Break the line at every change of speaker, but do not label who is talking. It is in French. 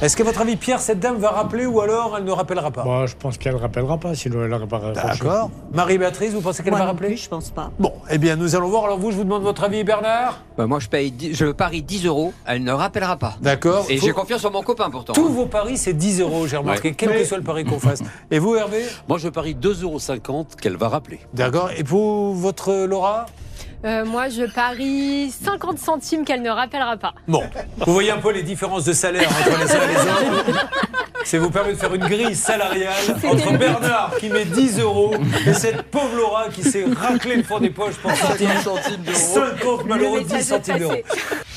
Est-ce que, votre avis, Pierre, cette dame va rappeler ou alors elle ne rappellera pas
Bon, Bah, je pense qu'elle ne rappellera pas, sinon elle n'aurait pas raccroché.
D'accord. Marie-Béatrice, vous pensez qu'elle
Moi
va
non
rappeler
plus, je pense pas.
Bon, eh bien, nous allons voir. Alors, vous, je vous demande votre avis, Bernard.
Bah, moi, je, paye, dix- je parie 10 euros, elle ne rappellera pas.
D'accord.
Et
Faut-
j'ai confiance en mon copain pourtant.
Tous vos paris, c'est 10 euros, j'ai remarqué, quel que soit le pari qu'on fasse. Et vous, Hervé
Moi, je parie 2,50 euros qu'elle va rappeler.
D'accord. Et pour votre euh, Laura
Euh, moi, je parie 50 centimes qu'elle ne rappellera pas.
Bon, vous voyez un peu les différences de salaire entre les uns et les autres. Ça vous permet de faire une grille salariale entre Bernard qui met 10 euros et cette pauvre Laura qui s'est raclée le fond des poches pour sortir 50 malheureux 10
message est
centimes d'euros.